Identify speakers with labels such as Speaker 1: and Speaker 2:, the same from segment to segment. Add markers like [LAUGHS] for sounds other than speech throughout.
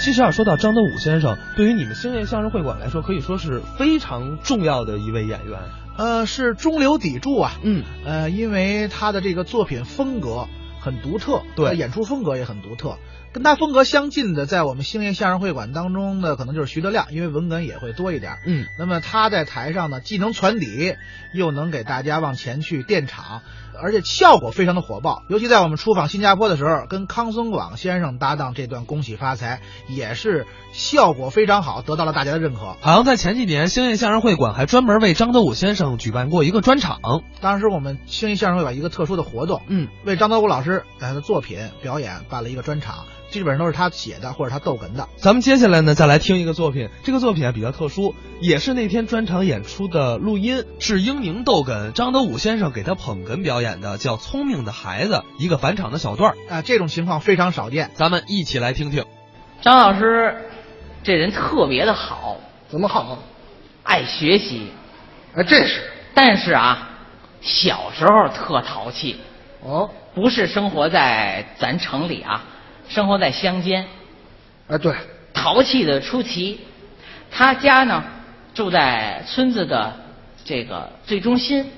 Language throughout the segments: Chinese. Speaker 1: 其实要啊说到张德武先生，对于你们星夜相声会馆来说，可以说是非常重要的一位演员。
Speaker 2: 呃，是中流砥柱啊。
Speaker 1: 嗯，
Speaker 2: 呃，因为他的这个作品风格很独特，
Speaker 1: 对
Speaker 2: 他演出风格也很独特。跟他风格相近的，在我们星爷相声会馆当中呢，可能就是徐德亮，因为文哏也会多一点。
Speaker 1: 嗯，
Speaker 2: 那么他在台上呢，既能传底，又能给大家往前去垫场，而且效果非常的火爆。尤其在我们出访新加坡的时候，跟康松广先生搭档这段《恭喜发财》，也是效果非常好，得到了大家的认可。
Speaker 1: 好像在前几年，星夜相声会馆还专门为张德武先生举办过一个专场。
Speaker 2: 当时我们星爷相声会馆一个特殊的活动，
Speaker 1: 嗯，
Speaker 2: 为张德武老师在他的作品表演办了一个专场，基本上都是他写的或者他逗哏的。
Speaker 1: 咱们接下来呢，再来听一个作品。这个作品啊比较特殊，也是那天专场演出的录音，是英宁逗哏，张德武先生给他捧哏表演的，叫《聪明的孩子》，一个返场的小段儿。
Speaker 2: 啊、这种情况非常少见。
Speaker 1: 咱们一起来听听。
Speaker 3: 张老师这人特别的好，
Speaker 4: 怎么好？
Speaker 3: 爱学习，
Speaker 4: 哎，这是
Speaker 3: 但是啊，小时候特淘气，
Speaker 4: 哦，
Speaker 3: 不是生活在咱城里啊，生活在乡间，
Speaker 4: 哎，对，
Speaker 3: 淘气的出奇。他家呢住在村子的这个最中心，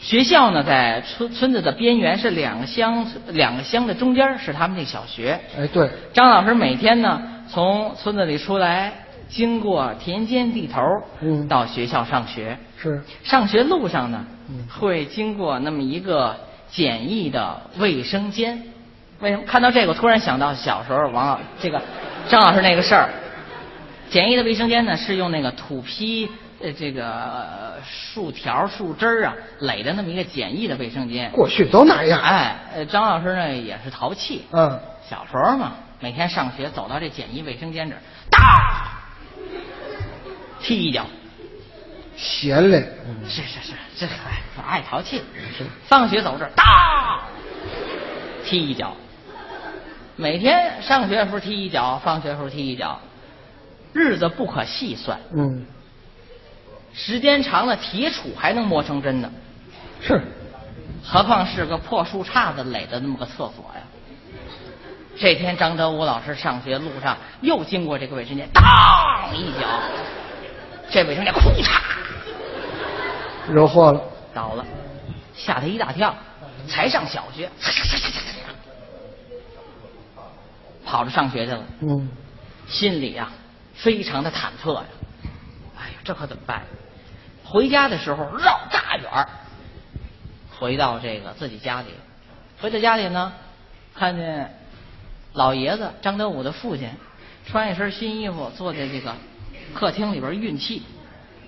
Speaker 3: 学校呢在村村子的边缘，是两个乡两个乡的中间是他们那小学。
Speaker 4: 哎，对，
Speaker 3: 张老师每天呢，从村子里出来，经过田间地头，
Speaker 4: 嗯
Speaker 3: 到学校上学。
Speaker 4: 是
Speaker 3: 上学路上呢
Speaker 4: 嗯，
Speaker 3: 会经过那么一个简易的卫生间。为什么看到这个，突然想到小时候王老这个张老师那个事儿？简易的卫生间呢，是用那个土坯、呃这个呃树条、树枝儿啊垒的那么一个简易的卫生间。
Speaker 4: 过去都那样。，
Speaker 3: 哎，呃张老师呢也是淘气，
Speaker 4: 嗯，
Speaker 3: 小时候嘛，每天上学走到这简易卫生间这儿，哒，踢一脚，
Speaker 4: 闲嘞，
Speaker 2: 嗯
Speaker 4: 嗯
Speaker 3: 是是是，这哎爱淘气
Speaker 4: 是。
Speaker 3: 放学走这儿，哒，踢一脚。每天上学的时候踢一脚，放学的时候踢一脚，日子不可细算，
Speaker 4: 嗯，
Speaker 3: 时间长了铁杵还能磨成针呢，
Speaker 4: 是，
Speaker 3: 何况是个破树杈子垒的那么个厕所呀。这天，张德武老师上学路上又经过这个卫生间，当一脚，这卫生间裤嚓
Speaker 4: 惹祸了。
Speaker 3: 倒了，吓他一大跳，才上小学，跑着上学去了，
Speaker 4: 嗯，
Speaker 3: 心里啊非常的忐忑呀、哎呀，这可怎么办？回家的时候绕大远儿，回到这个自己家里，回到家里呢，看见老爷子张德武的父亲穿一身新衣服，坐在这个客厅里边运气，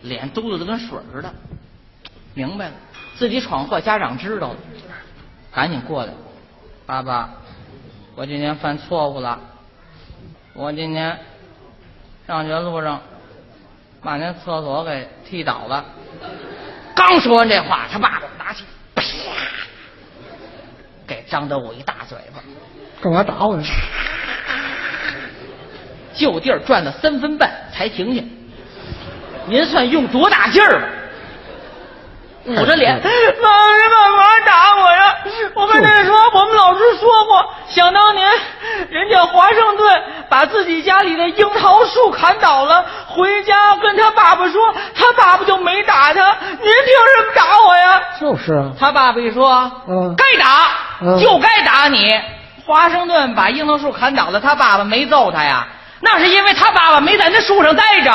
Speaker 3: 脸嘟噜的跟水儿似的。明白了，自己闯祸，家长知道了，赶紧过来，爸爸，我今天犯错误了，我今天上学路上把那厕所给踢倒了。刚说完这话，他爸爸拿起啪，给张德武一大嘴巴，
Speaker 4: 干嘛打我呀？
Speaker 3: [LAUGHS] 就地儿转了三分半才停下。您算用多大劲儿了？捂着脸，老师干嘛打我呀？我跟您说，我们老师说过，想当年人家华盛顿把自己家里的樱桃树砍倒了，回家跟他爸爸说，他爸爸就没打他。您凭什么打我呀？
Speaker 4: 就是啊，
Speaker 3: 他爸爸一说，
Speaker 4: 嗯
Speaker 3: 该打
Speaker 4: 嗯
Speaker 3: 就该打你。华盛顿把樱桃树砍倒了，他爸爸没揍他呀，那是因为他爸爸没在那树上待着。